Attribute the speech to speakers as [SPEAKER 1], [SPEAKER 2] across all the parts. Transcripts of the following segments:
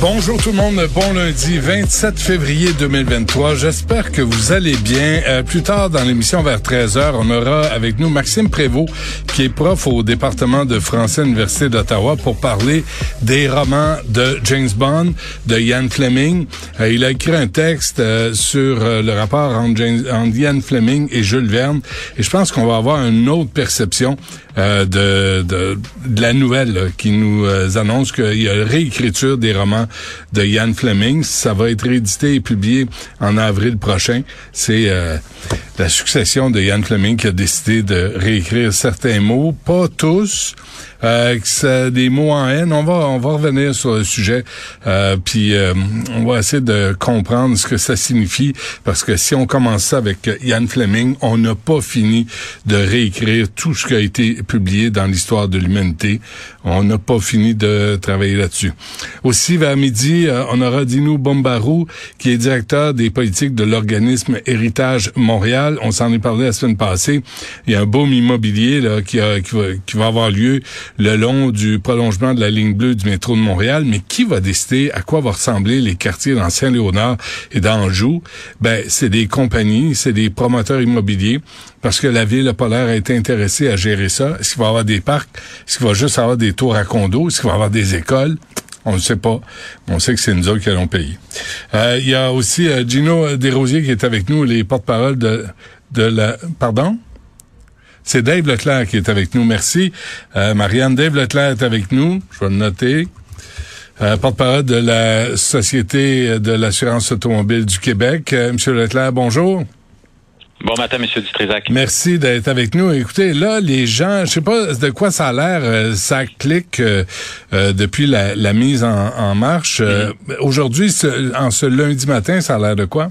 [SPEAKER 1] Bonjour tout le monde, bon lundi 27 février 2023. J'espère que vous allez bien. Euh, plus tard dans l'émission vers 13h, on aura avec nous Maxime Prévost, qui est prof au département de français à l'Université d'Ottawa pour parler des romans de James Bond, de Ian Fleming. Euh, il a écrit un texte euh, sur euh, le rapport entre, James, entre Ian Fleming et Jules Verne. Et je pense qu'on va avoir une autre perception euh, de, de, de la nouvelle là, qui nous euh, annonce qu'il y a une réécriture des romans de Ian Fleming. Ça va être édité et publié en avril prochain. C'est euh, la succession de Ian Fleming qui a décidé de réécrire certains mots, pas tous, euh, que ça- des mots en haine. On va, on va revenir sur le sujet, euh, puis euh, on va essayer de comprendre ce que ça signifie, parce que si on commence ça avec euh, Ian Fleming, on n'a pas fini de réécrire tout ce qui a été publié dans l'histoire de l'humanité. On n'a pas fini de travailler là-dessus. Aussi, vers midi, euh, on aura Dino Bombarou, qui est directeur des politiques de l'organisme Héritage Montréal. On s'en est parlé la semaine passée. Il y a un baume immobilier là, qui, a- qui va, qui va avoir lieu le long du prolongement de la ligne bleue du métro de Montréal. Mais qui va décider à quoi vont ressembler les quartiers dans Saint-Léonard et dans Anjou? Ben, c'est des compagnies, c'est des promoteurs immobiliers parce que la ville a pas l'air à être intéressée à gérer ça. Est-ce qu'il va y avoir des parcs? Est-ce qu'il va juste avoir des tours à condos? Est-ce qu'il va y avoir des écoles? On ne sait pas. On sait que c'est nous autres qui allons payer. Euh, Il y a aussi euh, Gino Desrosiers qui est avec nous, les porte-parole de, de la... Pardon? C'est Dave Leclerc qui est avec nous. Merci. Euh, Marianne, Dave Leclerc est avec nous. Je vais le noter. Euh, porte-parole de la Société de l'assurance automobile du Québec. Euh, Monsieur Leclerc, bonjour.
[SPEAKER 2] Bon matin, Monsieur Dutrisac.
[SPEAKER 1] Merci d'être avec nous. Écoutez, là, les gens, je sais pas de quoi ça a l'air, euh, ça clique euh, euh, depuis la, la mise en, en marche. Euh, Aujourd'hui, ce- en ce lundi matin, ça a l'air de quoi?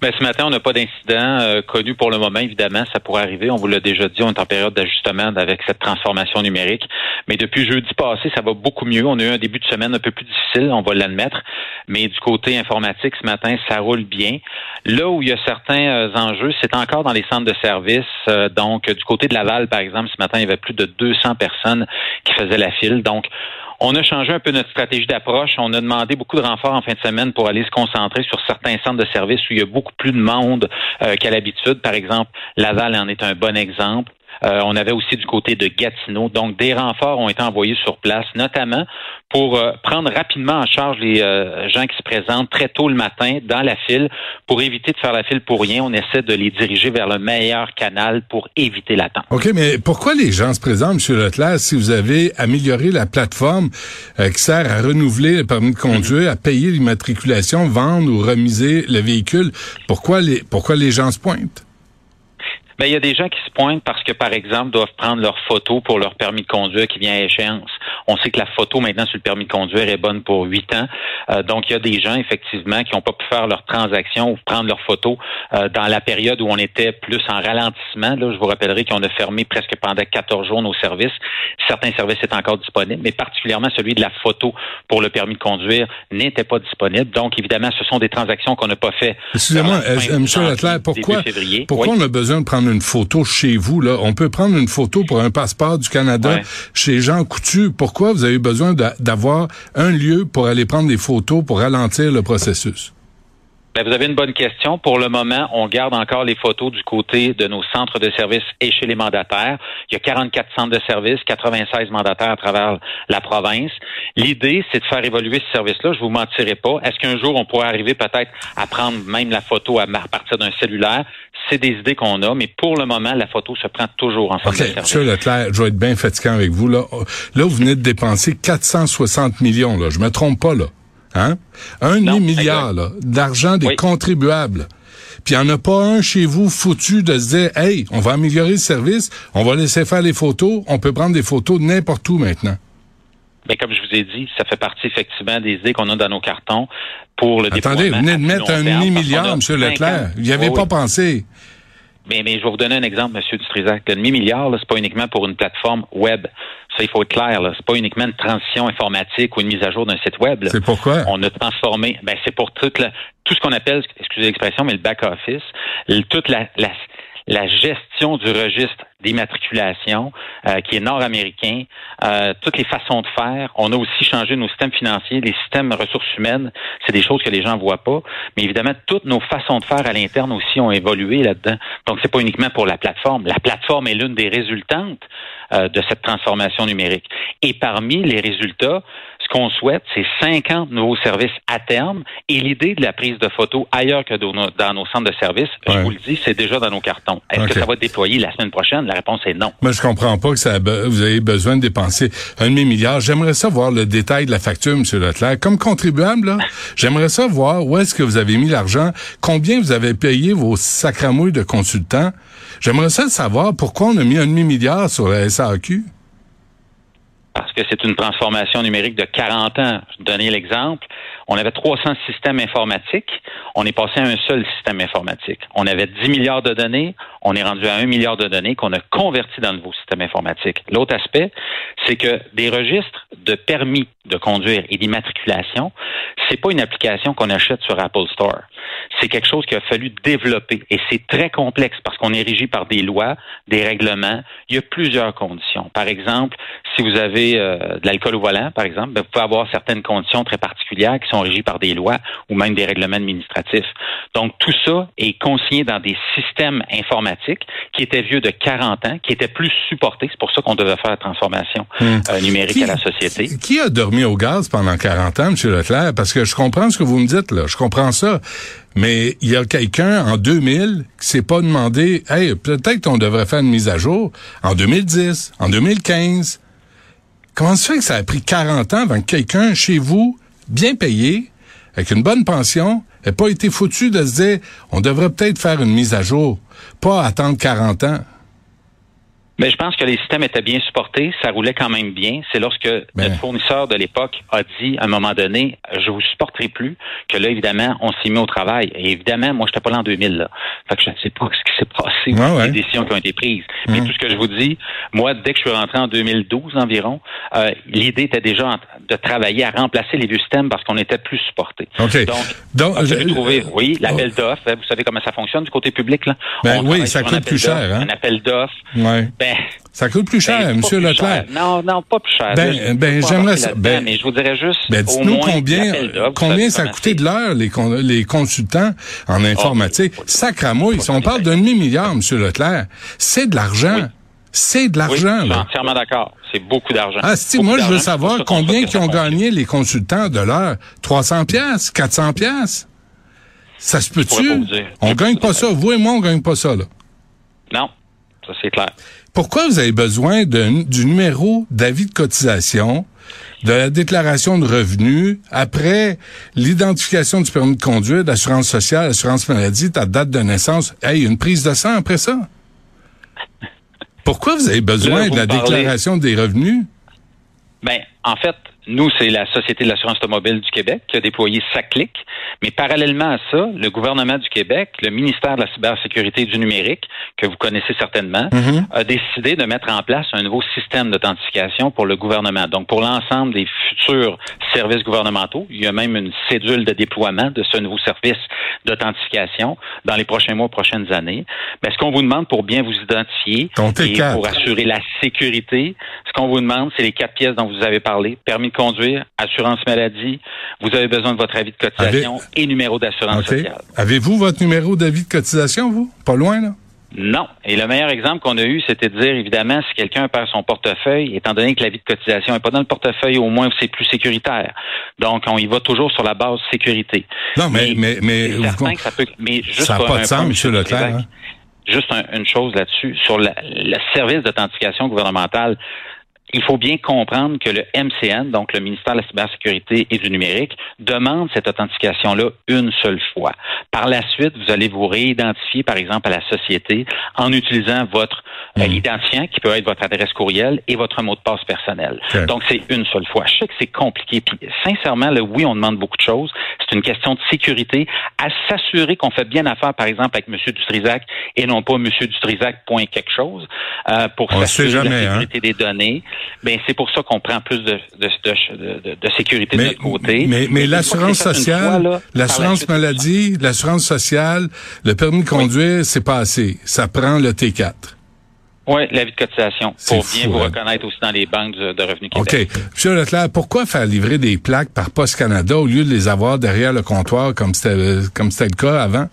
[SPEAKER 2] Ben, ce matin, on n'a pas d'incident euh, connu pour le moment. Évidemment, ça pourrait arriver. On vous l'a déjà dit, on est en période d'ajustement avec cette transformation numérique. Mais depuis jeudi passé, ça va beaucoup mieux. On a eu un début de semaine un peu plus difficile, on va l'admettre. Mais du côté informatique, ce matin, ça roule bien. Là où il y a certains euh, enjeux, c'est encore dans les centres de services. Euh, donc, euh, du côté de Laval, par exemple, ce matin, il y avait plus de 200 personnes qui faisaient la file. Donc, on a changé un peu notre stratégie d'approche. On a demandé beaucoup de renforts en fin de semaine pour aller se concentrer sur certains centres de services où il y a beaucoup plus de monde euh, qu'à l'habitude. Par exemple, Laval en est un bon exemple. Euh, on avait aussi du côté de Gatineau. Donc, des renforts ont été envoyés sur place, notamment pour euh, prendre rapidement en charge les euh, gens qui se présentent très tôt le matin dans la file pour éviter de faire la file pour rien. On essaie de les diriger vers le meilleur canal pour éviter l'attente.
[SPEAKER 1] OK, mais pourquoi les gens se présentent, Monsieur Leclerc, si vous avez amélioré la plateforme euh, qui sert à renouveler le permis de conduire, à payer l'immatriculation, vendre ou remiser le véhicule? Pourquoi les, pourquoi les gens se pointent?
[SPEAKER 2] Ben, il y a des gens qui se pointent parce que, par exemple, doivent prendre leur photo pour leur permis de conduire qui vient à échéance. On sait que la photo maintenant sur le permis de conduire est bonne pour huit ans. Euh, donc, il y a des gens, effectivement, qui n'ont pas pu faire leur transaction ou prendre leur photo euh, dans la période où on était plus en ralentissement. Là, je vous rappellerai qu'on a fermé presque pendant 14 jours nos services. Certains services étaient encore disponibles, mais particulièrement celui de la photo pour le permis de conduire n'était pas disponible. Donc, évidemment, ce sont des transactions qu'on n'a pas fait.
[SPEAKER 1] Excusez-moi,
[SPEAKER 2] vers la fin
[SPEAKER 1] euh, Monsieur
[SPEAKER 2] janvier,
[SPEAKER 1] Leclerc, pourquoi,
[SPEAKER 2] début février.
[SPEAKER 1] pourquoi
[SPEAKER 2] Oui.
[SPEAKER 1] on a besoin de prendre une photo chez vous? Là? On peut prendre une photo pour un passeport du Canada
[SPEAKER 2] Ouais.
[SPEAKER 1] chez Jean Coutu. Pourquoi vous avez besoin d'a- d'avoir un lieu pour aller prendre des photos pour ralentir le processus?
[SPEAKER 2] Ben, vous avez une bonne question. Pour le moment, on garde encore les photos du côté de nos centres de services et chez les mandataires. Il y a 44 centres de services, 96 mandataires à travers la province. L'idée, c'est de faire évoluer ce service-là. Je vous mentirai pas. Est-ce qu'un jour, on pourrait arriver peut-être à prendre même la photo à à partir d'un cellulaire? C'est des idées qu'on a, mais pour le moment, la photo se prend toujours en centre
[SPEAKER 1] OK,
[SPEAKER 2] de service.
[SPEAKER 1] Monsieur Leclerc, je vais être bien fatigant avec vous. Là. là, vous venez de dépenser 460 millions. Là. Je me trompe pas, là. Hein? Un
[SPEAKER 2] Non,
[SPEAKER 1] demi-milliard là, d'argent des
[SPEAKER 2] Oui.
[SPEAKER 1] contribuables. Puis il n'y en a pas un chez vous foutu de se dire, hey, on va améliorer le service, on va laisser faire les photos, on peut prendre des photos n'importe où maintenant.
[SPEAKER 2] Mais Ben, comme je vous ai dit, ça fait partie effectivement des idées qu'on a dans nos cartons pour le
[SPEAKER 1] Attendez,
[SPEAKER 2] déploiement
[SPEAKER 1] vous venez de
[SPEAKER 2] à plus
[SPEAKER 1] mettre
[SPEAKER 2] long
[SPEAKER 1] un
[SPEAKER 2] terme, parce qu'on
[SPEAKER 1] demi-milliard,
[SPEAKER 2] a
[SPEAKER 1] M.
[SPEAKER 2] cinq ans.
[SPEAKER 1] Leclerc. Vous n'y avez
[SPEAKER 2] Oui,
[SPEAKER 1] pas
[SPEAKER 2] oui.
[SPEAKER 1] pensé.
[SPEAKER 2] Mais, mais je vais vous donner un exemple, M. Dutrisac. Le demi-milliard, ce n'est pas uniquement pour une plateforme web. Ça, il faut être clair. Ce n'est pas uniquement une transition informatique ou une mise à jour d'un site web. là.
[SPEAKER 1] C'est pourquoi?
[SPEAKER 2] On a transformé, ben, c'est pour toute la- tout ce qu'on appelle, excusez l'expression, mais le back-office, le- toute la, la- la gestion du registre des matriculations, euh, qui est nord-américain, euh, toutes les façons de faire. On a aussi changé nos systèmes financiers, les systèmes ressources humaines. C'est des choses que les gens voient pas. Mais évidemment, toutes nos façons de faire à l'interne aussi ont évolué là-dedans. Donc, c'est pas uniquement pour la plateforme. La plateforme est l'une des résultantes euh, de cette transformation numérique. Et parmi les résultats, ce qu'on souhaite, c'est 50 nouveaux services à terme. Et l'idée de la prise de photos ailleurs que dans nos, dans nos centres de services, je
[SPEAKER 1] Ouais.
[SPEAKER 2] vous le dis, c'est déjà dans nos cartons. Est-ce
[SPEAKER 1] Ok.
[SPEAKER 2] que ça va être déployé la semaine prochaine? La réponse est non.
[SPEAKER 1] Moi, je comprends pas que ça a be- vous avez besoin de dépenser un demi-milliard. J'aimerais ça voir le détail de la facture, M. Leclerc. Comme contribuable, là, j'aimerais ça voir où est-ce que vous avez mis l'argent, combien vous avez payé vos sacramouilles de consultants. J'aimerais ça savoir pourquoi on a mis un demi-milliard sur la SAQ.
[SPEAKER 2] parce que c'est une transformation numérique de 40 ans. Je vais donner l'exemple. On avait 300 systèmes informatiques. On est passé à un seul système informatique. On avait 10 milliards de données. On est rendu à 1 milliard de données qu'on a converti dans le nouveau système informatique. L'autre aspect, c'est que des registres de permis de conduire et d'immatriculation, c'est pas une application qu'on achète sur Apple Store. C'est quelque chose qu'il a fallu développer et c'est très complexe parce qu'on est régi par des lois, des règlements. Il y a plusieurs conditions. Par exemple, si vous avez euh, de l'alcool au volant, par exemple, ben, vous pouvez avoir certaines conditions très particulières qui sont régies par des lois ou même des règlements administratifs. Donc, tout ça est consigné dans des systèmes informatiques qui étaient vieux de 40 ans, qui étaient plus supportés. C'est pour ça qu'on devait faire la transformation euh, numérique
[SPEAKER 1] Qui-
[SPEAKER 2] à la société.
[SPEAKER 1] Qui a dormi au gaz pendant 40 ans, M. Leclerc? Parce que je comprends ce que vous me dites, là. Je comprends ça. Mais il y a quelqu'un en 2000 qui s'est pas demandé, hey, peut-être qu'on devrait faire une mise à jour en 2010, en 2015. Comment ça se fait que ça a pris 40 ans avant que quelqu'un chez vous, bien payé, avec une bonne pension, ait pas été foutu de se dire, on devrait peut-être faire une mise à jour, pas attendre 40 ans.
[SPEAKER 2] Mais je pense que les systèmes étaient bien supportés, ça roulait quand même bien. C'est lorsque
[SPEAKER 1] Ben.
[SPEAKER 2] notre fournisseur de l'époque a dit à un moment donné, je vous supporterai plus, que là, évidemment, on s'est mis au travail. Et évidemment, moi, j'étais pas là en 2000, là. Fait que je ne sais pas ce qui s'est passé,
[SPEAKER 1] Ouais, ouais. Hum.
[SPEAKER 2] les décisions qui ont été prises. Mais tout ce que je vous dis, moi, dès que je suis rentré en 2012 environ, euh, l'idée était déjà en- de travailler à remplacer les vieux systèmes parce qu'on était plus supportés.
[SPEAKER 1] OK.
[SPEAKER 2] Donc,
[SPEAKER 1] Donc,
[SPEAKER 2] on a
[SPEAKER 1] je-
[SPEAKER 2] trouvé, oui, l'appel
[SPEAKER 1] Oh.
[SPEAKER 2] d'offres, hein, vous savez comment ça fonctionne du côté public, là?
[SPEAKER 1] Ben
[SPEAKER 2] On
[SPEAKER 1] oui,
[SPEAKER 2] travaille
[SPEAKER 1] ça
[SPEAKER 2] sur un
[SPEAKER 1] coûte
[SPEAKER 2] appel
[SPEAKER 1] plus
[SPEAKER 2] d'offres,
[SPEAKER 1] cher, hein?
[SPEAKER 2] Un appel d'offres.
[SPEAKER 1] Ouais.
[SPEAKER 2] Ben,
[SPEAKER 1] Ça coûte plus cher,
[SPEAKER 2] ben,
[SPEAKER 1] M.
[SPEAKER 2] pas plus
[SPEAKER 1] Leclerc.
[SPEAKER 2] cher. Non, non, pas plus cher.
[SPEAKER 1] Ben,
[SPEAKER 2] Là,
[SPEAKER 1] ben,
[SPEAKER 2] je- je vais pas
[SPEAKER 1] j'aimerais
[SPEAKER 2] embarquer
[SPEAKER 1] ça.
[SPEAKER 2] là-dedans,
[SPEAKER 1] Ben,
[SPEAKER 2] mais je vous dirais juste.
[SPEAKER 1] Ben,
[SPEAKER 2] au
[SPEAKER 1] dites-nous
[SPEAKER 2] moins,
[SPEAKER 1] combien, euh,
[SPEAKER 2] l'appel d'offres, vous
[SPEAKER 1] combien
[SPEAKER 2] savez
[SPEAKER 1] ça a
[SPEAKER 2] comment
[SPEAKER 1] coûté
[SPEAKER 2] c'est.
[SPEAKER 1] de l'heure, les, con- les consultants en
[SPEAKER 2] Ah,
[SPEAKER 1] informatique. Sacramouille, si on parle d'un demi-milliard, M. Leclerc, c'est de l'argent. C'est de
[SPEAKER 2] Oui,
[SPEAKER 1] l'argent,
[SPEAKER 2] je suis
[SPEAKER 1] là.
[SPEAKER 2] entièrement d'accord. C'est beaucoup d'argent.
[SPEAKER 1] Ah, si,
[SPEAKER 2] Beaucoup
[SPEAKER 1] moi, je veux
[SPEAKER 2] d'argent, c'est
[SPEAKER 1] savoir
[SPEAKER 2] pour ça qu'on
[SPEAKER 1] combien
[SPEAKER 2] souhaite
[SPEAKER 1] qui ont
[SPEAKER 2] que ça fonctionne.
[SPEAKER 1] gagné les consultants de l'heure. 300 piastres, 400 piastres. Ça se
[SPEAKER 2] pourrais pas
[SPEAKER 1] peut-tu?
[SPEAKER 2] vous dire.
[SPEAKER 1] On gagne pas ça. Vous et moi, on gagne pas ça, là.
[SPEAKER 2] Non, ça, c'est clair.
[SPEAKER 1] Pourquoi vous avez besoin de- du numéro d'avis de cotisation, de la déclaration de revenus, après l'identification du permis de conduire, d'assurance sociale, assurance maladie, ta date de naissance, hey, une prise de sang après ça? Pourquoi vous avez besoin
[SPEAKER 2] Là, vous
[SPEAKER 1] de la
[SPEAKER 2] me parlez-
[SPEAKER 1] déclaration des revenus?
[SPEAKER 2] Ben, en fait, nous, c'est la Société de l'assurance automobile du Québec qui a déployé SACLIC. Mais parallèlement à ça, le gouvernement du Québec, le ministère de la cybersécurité et du numérique, que vous connaissez certainement, a décidé de mettre en place un nouveau système d'authentification pour le gouvernement. Donc, pour l'ensemble des futurs services gouvernementaux, il y a même une cédule de déploiement de ce nouveau service d'authentification dans les prochains mois, prochaines années. Mais ce qu'on vous demande pour bien vous identifier
[SPEAKER 1] Ton
[SPEAKER 2] et
[SPEAKER 1] T4.
[SPEAKER 2] pour assurer la sécurité, ce qu'on vous demande, c'est les quatre pièces dont vous avez parlé. Permis de conduire, assurance maladie, vous avez besoin de votre avis de cotisation et numéro d'assurance
[SPEAKER 1] OK.
[SPEAKER 2] sociale.
[SPEAKER 1] Avez-vous votre numéro d'avis de cotisation, vous? Pas loin, là?
[SPEAKER 2] Non. Et le meilleur exemple qu'on a eu, c'était de dire, évidemment, si quelqu'un perd son portefeuille, étant donné que l'avis de cotisation n'est pas dans le portefeuille, au moins c'est plus sécuritaire. Donc, on y va toujours sur la base sécurité.
[SPEAKER 1] Non, mais- mais- mais-
[SPEAKER 2] c'est
[SPEAKER 1] vous
[SPEAKER 2] certain
[SPEAKER 1] com-
[SPEAKER 2] que ça peut... Mais juste
[SPEAKER 1] Ça n'a
[SPEAKER 2] pour
[SPEAKER 1] pas
[SPEAKER 2] un
[SPEAKER 1] de sens,
[SPEAKER 2] point,
[SPEAKER 1] Monsieur
[SPEAKER 2] M.
[SPEAKER 1] Leclerc,
[SPEAKER 2] Lévesque,
[SPEAKER 1] hein?
[SPEAKER 2] Juste un- une chose là-dessus, sur la- le service d'authentification gouvernementale, il faut bien comprendre que le MCN, donc le ministère de la Cybersécurité et du Numérique, demande cette authentification-là une seule fois. Par la suite, vous allez vous réidentifier, par exemple, à la société en utilisant votre euh,
[SPEAKER 1] Mhm.
[SPEAKER 2] identifiant qui peut être votre adresse courriel et votre mot de passe personnel.
[SPEAKER 1] OK.
[SPEAKER 2] Donc, c'est une seule fois. Je sais que c'est compliqué. Puis, sincèrement, là, oui, on demande beaucoup de choses. C'est une question de sécurité. À s'assurer qu'on fait bien affaire, par exemple, avec M. Dutrisac et non pas M. Dutrisac point quelque chose euh, pour
[SPEAKER 1] On
[SPEAKER 2] s'assurer
[SPEAKER 1] sait
[SPEAKER 2] de
[SPEAKER 1] jamais,
[SPEAKER 2] la
[SPEAKER 1] hein.
[SPEAKER 2] sécurité des données. Ben, c'est pour ça qu'on prend plus de, de, de- de- de sécurité de notre côté.
[SPEAKER 1] Mais, mais
[SPEAKER 2] Et une fois que
[SPEAKER 1] l'assurance
[SPEAKER 2] c'est fait une
[SPEAKER 1] sociale,
[SPEAKER 2] fois, là, par la
[SPEAKER 1] l'assurance
[SPEAKER 2] suite,
[SPEAKER 1] maladie, l'assurance sociale, le permis de conduire, c'est pas assez. Ça prend le T4.
[SPEAKER 2] Oui, l'avis de cotisation
[SPEAKER 1] C'est
[SPEAKER 2] pour
[SPEAKER 1] fou,
[SPEAKER 2] bien vous
[SPEAKER 1] hein.
[SPEAKER 2] reconnaître aussi dans les banques de, de revenus
[SPEAKER 1] OK.
[SPEAKER 2] Québec.
[SPEAKER 1] Monsieur Leclerc, pourquoi faire livrer des plaques par Poste Canada au lieu de les avoir derrière le comptoir comme c'était euh, comme c'était le cas avant?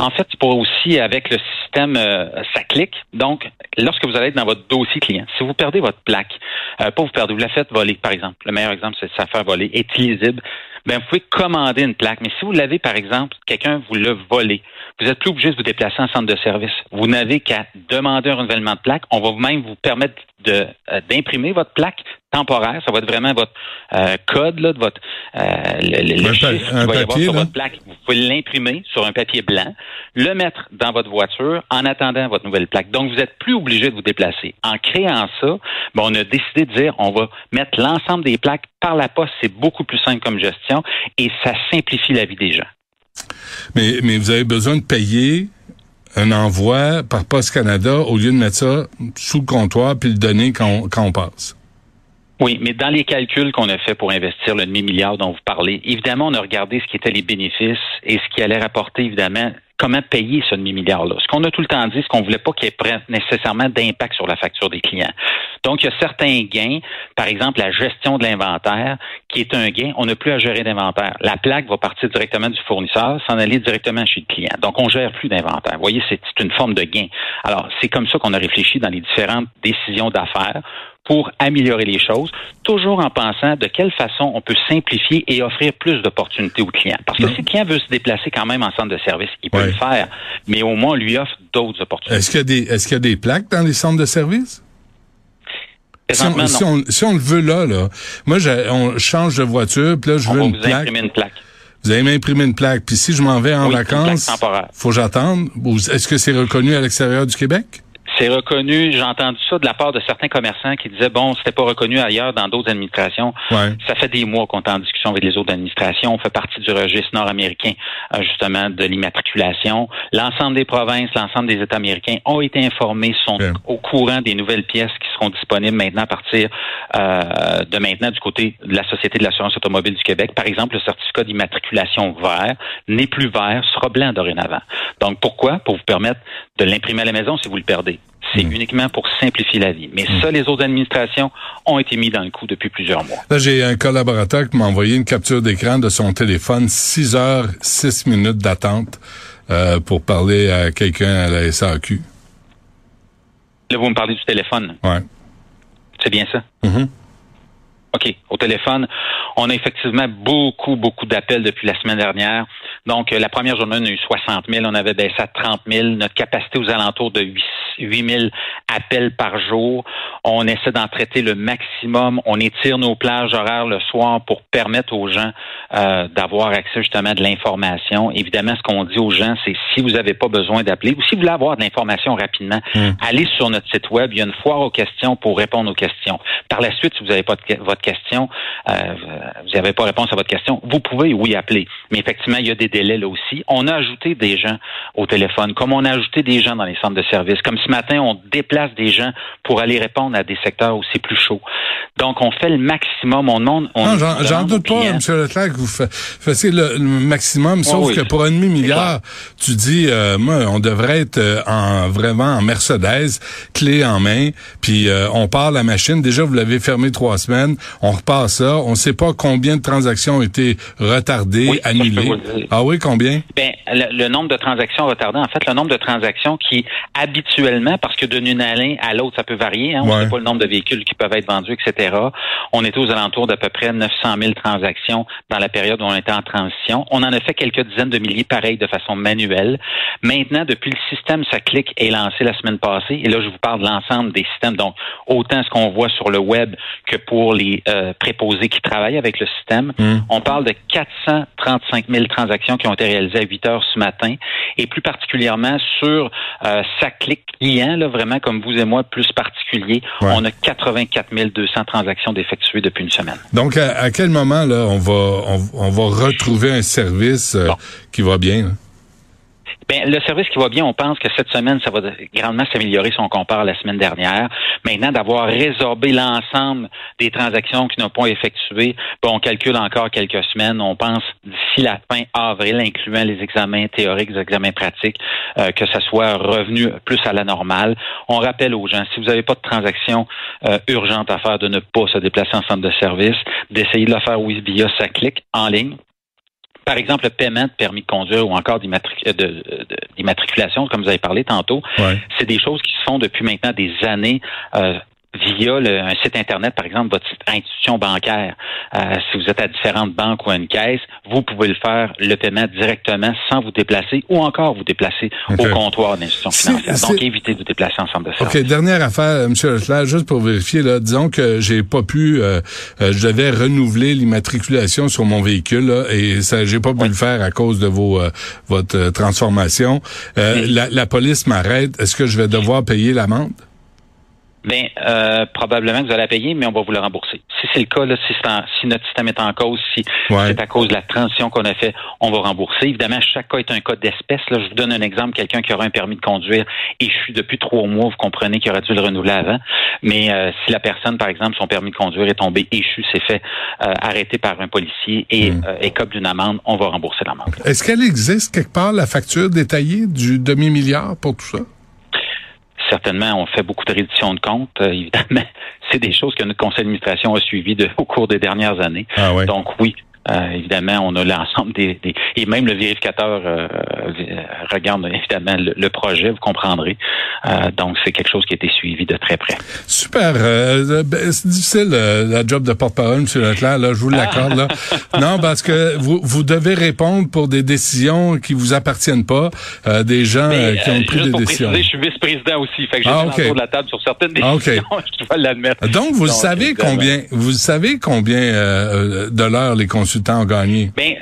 [SPEAKER 2] En fait, pour aussi avec le système, euh, ça clique. Donc, lorsque vous allez être dans votre dossier client, si vous perdez votre plaque, euh, pas vous perdez, vous la faites voler, par exemple. Le meilleur exemple, c'est de se la faire voler, est illisible. Ben, vous pouvez commander une plaque. Mais si vous l'avez, par exemple, quelqu'un vous l'a volé, vous êtes plus obligé de vous déplacer en centre de service. Vous n'avez qu'à demander un renouvellement de plaque. On va même vous permettre de, euh, d'imprimer votre plaque temporaire. Ça va être vraiment votre euh, code, là, de votre, euh, le, le- le
[SPEAKER 1] Un pa-
[SPEAKER 2] chiffre qu'il
[SPEAKER 1] un
[SPEAKER 2] va y avoir
[SPEAKER 1] papier,
[SPEAKER 2] sur
[SPEAKER 1] là.
[SPEAKER 2] votre plaque. Vous pouvez l'imprimer sur un papier blanc, le mettre dans votre voiture en attendant votre nouvelle plaque. Donc, vous êtes plus obligé de vous déplacer. En créant ça, ben, on a décidé de dire on va mettre l'ensemble des plaques par la poste. C'est beaucoup plus simple comme gestion et ça simplifie la vie des gens.
[SPEAKER 1] Mais, mais vous avez besoin de payer un envoi par Poste Canada au lieu de mettre ça sous le comptoir puis le donner quand on, quand on passe.
[SPEAKER 2] Oui, mais dans les calculs qu'on a fait pour investir le demi-milliard dont vous parlez, évidemment, on a regardé ce qui étaient les bénéfices et ce qui allait rapporter, évidemment, comment payer ce demi-milliard-là. Ce qu'on a tout le temps dit, c'est qu'on voulait pas qu'il y ait pre- nécessairement d'impact sur la facture des clients. Donc, il y a certains gains, par exemple, la gestion de l'inventaire, qui est un gain, on n'a plus à gérer d'inventaire. La plaque va partir directement du fournisseur, s'en aller directement chez le client. Donc, on gère plus d'inventaire. Vous voyez, c'est c'est une forme de gain. Alors, c'est comme ça qu'on a réfléchi dans les différentes décisions d'affaires pour améliorer les choses, toujours en pensant de quelle façon on peut simplifier et offrir plus d'opportunités aux clients. Parce que si le client veut se déplacer quand même en centre de service, il peut
[SPEAKER 1] Ouais.
[SPEAKER 2] le faire, mais au moins on lui offre d'autres opportunités.
[SPEAKER 1] Est-ce qu'il y a des est-ce qu'il y a des plaques dans les centres de service? Euh, Si on,
[SPEAKER 2] Présentement,
[SPEAKER 1] si,
[SPEAKER 2] non.
[SPEAKER 1] on, si on le veut là, là, moi, je, on je change de voiture, puis là, je
[SPEAKER 2] on
[SPEAKER 1] veux
[SPEAKER 2] va
[SPEAKER 1] une
[SPEAKER 2] vous
[SPEAKER 1] plaque.
[SPEAKER 2] imprimer une plaque.
[SPEAKER 1] Vous allez m'imprimer une plaque. Puis si je m'en vais en
[SPEAKER 2] Oui, une plaque
[SPEAKER 1] vacances,
[SPEAKER 2] temporaire.
[SPEAKER 1] faut que j'attende. Ou Est-ce que c'est reconnu à l'extérieur du Québec?
[SPEAKER 2] C'est reconnu, j'ai entendu ça de la part de certains commerçants qui disaient bon, c'était pas reconnu ailleurs dans d'autres administrations.
[SPEAKER 1] Ouais.
[SPEAKER 2] Ça fait des mois qu'on est en discussion avec les autres administrations. On fait partie du registre nord-américain, euh, justement, de l'immatriculation. L'ensemble des provinces, l'ensemble des États américains ont été informés, sont
[SPEAKER 1] Bien.
[SPEAKER 2] au courant des nouvelles pièces qui seront disponibles maintenant à partir euh, de maintenant du côté de la Société de l'assurance automobile du Québec. Par exemple, le certificat d'immatriculation vert n'est plus vert, sera blanc dorénavant. Donc, pourquoi? Pour vous permettre de l'imprimer à la maison si vous le perdez. C'est uniquement pour simplifier la vie. Mais ça, les autres administrations ont été mis dans le coup depuis plusieurs mois.
[SPEAKER 1] Là, j'ai un collaborateur qui m'a envoyé une capture d'écran de son téléphone, 6 heures, 6 minutes d'attente euh, pour parler à quelqu'un à la SAQ.
[SPEAKER 2] Là, vous me parlez du téléphone.
[SPEAKER 1] Ouais.
[SPEAKER 2] C'est bien ça?
[SPEAKER 1] Mhm.
[SPEAKER 2] OK. Au téléphone, on a effectivement beaucoup, beaucoup d'appels depuis la semaine dernière. Donc, euh, la première journée, on a eu 60 000. On avait baissé à 30 000. Notre capacité aux alentours de 8 8 000 appels par jour. On essaie d'en traiter le maximum. On étire nos plages horaires le soir pour permettre aux gens euh, d'avoir accès justement à de l'information. Évidemment, ce qu'on dit aux gens, c'est si vous n'avez pas besoin d'appeler ou si vous voulez avoir de l'information rapidement,
[SPEAKER 1] Mm.
[SPEAKER 2] allez sur notre site web. Il y a une foire aux questions pour répondre aux questions. Par la suite, si vous n'avez pas de que- votre question, euh, vous n'avez pas réponse à votre question, vous pouvez, oui, appeler. Mais effectivement, il y a des délais là aussi. On a ajouté des gens au téléphone, comme on a ajouté des gens dans les centres de services, comme ce matin, on déplace des gens pour aller répondre à des secteurs où c'est plus chaud. Donc, on fait le maximum. On, demande- on
[SPEAKER 1] Non, j'en- j'en
[SPEAKER 2] demande aux
[SPEAKER 1] doute pas,
[SPEAKER 2] clients-
[SPEAKER 1] M. Leclerc, que vous fa- fassiez le, le maximum, sauf
[SPEAKER 2] Oh oui.
[SPEAKER 1] que pour un demi-milliard, tu dis, euh, moi, on devrait être euh, en vraiment en Mercedes, clé en main, puis euh, on part la machine. Déjà, vous l'avez fermé trois semaines, on repart ça, on sait pas combien de transactions ont été retardées,
[SPEAKER 2] Oui, ça, je peux
[SPEAKER 1] annulées.
[SPEAKER 2] vous le dire.
[SPEAKER 1] Ah oui, combien?
[SPEAKER 2] Ben, le, le nombre de transactions retardées, en fait, le nombre de transactions qui habituellement, parce que d'une année à l'autre, ça peut varier, hein, on
[SPEAKER 1] Ouais.
[SPEAKER 2] sait pas le nombre de véhicules qui peuvent être vendus, etc. On était aux alentours d'à peu près 900 000 transactions dans la période où on était en transition. On en a fait quelques dizaines de milliers, pareil, de façon manuelle. Maintenant, depuis le système, ça clique est lancé la semaine passée, et là, je vous parle de l'ensemble des systèmes, donc autant ce qu'on voit sur le web que pour les euh, préposés qui travaillent avec le système, on parle de 435 000 transactions actions qui ont été réalisées à 8 heures ce matin, et plus particulièrement sur euh, sa clique client, là, vraiment comme vous et moi, plus particulier.
[SPEAKER 1] Ouais.
[SPEAKER 2] On a 84 200 transactions d'effectuées depuis une semaine.
[SPEAKER 1] Donc, à, à quel moment là on va on, on va retrouver un service euh,
[SPEAKER 2] Bon.
[SPEAKER 1] qui va bien? là?
[SPEAKER 2] Ben, le service qui va bien, on pense que cette semaine, ça va grandement s'améliorer si on compare à la semaine dernière. Maintenant, d'avoir résorbé l'ensemble des transactions qui n'ont pas effectué, ben, on calcule encore quelques semaines. On pense d'ici la fin avril, incluant les examens théoriques, les examens pratiques, euh, que ça soit revenu plus à la normale. On rappelle aux gens, si vous n'avez pas de transaction euh, urgente à faire, de ne pas se déplacer en centre de service, d'essayer de le faire oui, via sa clique en ligne par exemple, le paiement de permis de conduire ou encore d'immatri- euh, de- de- d'immatriculation, comme vous avez parlé tantôt,
[SPEAKER 1] Ouais.
[SPEAKER 2] c'est des choses qui se font depuis maintenant des années. euh, via le- un site Internet, par exemple, votre site institution bancaire. Euh, si vous êtes à différentes banques ou à une caisse, vous pouvez le faire, le paiement directement sans vous déplacer ou encore vous déplacer
[SPEAKER 1] Ok.
[SPEAKER 2] au comptoir d'une institution
[SPEAKER 1] C'est-
[SPEAKER 2] financière.
[SPEAKER 1] c'est-
[SPEAKER 2] Donc, évitez de vous déplacer en centre de service.
[SPEAKER 1] OK, dernière affaire, M. Leclerc, juste pour vérifier, là, disons que j'ai pas pu, euh, euh, je devais renouveler l'immatriculation sur mon véhicule là, et ça, j'ai pas pu le faire à cause de vos euh, votre euh, transformation. Euh, la, la police m'arrête. Est-ce que je vais devoir payer l'amende?
[SPEAKER 2] Bien, euh, probablement que vous allez la payer, mais on va vous le rembourser. Si c'est le cas, là, si, c'est en- si notre système est en cause, si
[SPEAKER 1] Ouais.
[SPEAKER 2] c'est à cause de la transition qu'on a fait, on va rembourser. Évidemment, chaque cas est un cas d'espèce. Là, je vous donne un exemple, quelqu'un qui aura un permis de conduire échu depuis trois mois, vous comprenez qu'il aurait dû le renouveler avant. Mais euh, si la personne, par exemple, son permis de conduire est tombé échu, s'est fait euh, arrêter par un policier et euh, écope d'une amende, on va rembourser l'amende.
[SPEAKER 1] Est-ce qu'elle existe quelque part la facture détaillée du demi milliard pour tout ça?
[SPEAKER 2] Certainement, on fait beaucoup de réduction de comptes, euh, évidemment. C'est des choses que notre conseil d'administration a suivies de- au cours des dernières années.
[SPEAKER 1] Ah ouais.
[SPEAKER 2] Donc oui, euh, évidemment, on a l'ensemble des, des- et même le vérificateur euh, vi- euh, regarde évidemment le, le projet, vous comprendrez. Euh, donc c'est quelque chose qui a été suivi de très près.
[SPEAKER 1] Super. euh, ben, c'est difficile euh, la job de porte-parole, Monsieur Leclerc. Là, je vous l'accorde. Là. Non, parce que vous, vous devez répondre pour des décisions qui vous appartiennent pas, euh, des gens euh, qui ont
[SPEAKER 2] euh,
[SPEAKER 1] pris
[SPEAKER 2] juste
[SPEAKER 1] des
[SPEAKER 2] pour
[SPEAKER 1] décisions.
[SPEAKER 2] préciser, je suis vice-président aussi, fait que j'ai
[SPEAKER 1] Ah,
[SPEAKER 2] fait
[SPEAKER 1] ok.
[SPEAKER 2] l'entour de la table sur certaines
[SPEAKER 1] Ah,
[SPEAKER 2] décisions,
[SPEAKER 1] ok.
[SPEAKER 2] je ben. dois l'admettre.
[SPEAKER 1] Donc, vous savez
[SPEAKER 2] évidemment.
[SPEAKER 1] combien, vous savez combien euh, euh, de l'heure les consultants ont gagné.
[SPEAKER 2] Ben,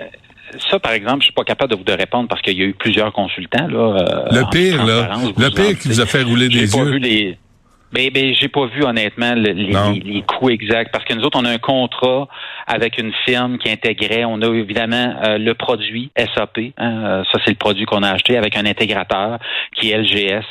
[SPEAKER 2] ça, par exemple, je suis pas capable de vous de répondre parce qu'il y a eu plusieurs consultants. Là, euh,
[SPEAKER 1] Le
[SPEAKER 2] en
[SPEAKER 1] pire, là,
[SPEAKER 2] transparence, vous
[SPEAKER 1] le
[SPEAKER 2] vous en
[SPEAKER 1] pire qui vous a fait rouler
[SPEAKER 2] J'ai
[SPEAKER 1] des
[SPEAKER 2] pas vu
[SPEAKER 1] yeux.
[SPEAKER 2] les. Ben, ben, j'ai pas vu honnêtement le- les,
[SPEAKER 1] Non.
[SPEAKER 2] les- les coûts exacts parce que nous autres on a un contrat avec une firme qui intégrait. On a évidemment euh, le produit SAP, hein, euh, ça c'est le produit qu'on a acheté avec un intégrateur qui est LGS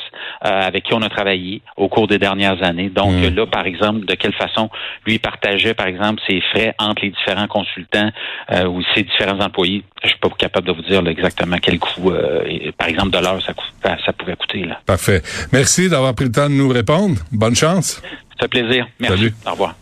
[SPEAKER 2] euh, avec qui on a travaillé au cours des dernières années. Donc
[SPEAKER 1] Mm.
[SPEAKER 2] là par exemple de quelle façon lui partageait par exemple ses frais entre les différents consultants euh, ou ses différents employés. Je suis pas capable de vous dire là, exactement quel coût euh, et- par exemple de l'heure ça, coût- ça pouvait coûter là.
[SPEAKER 1] Parfait. Merci d'avoir pris le temps de nous répondre. Bonne chance.
[SPEAKER 2] Ça fait plaisir. Merci.
[SPEAKER 1] Salut.
[SPEAKER 2] Au revoir.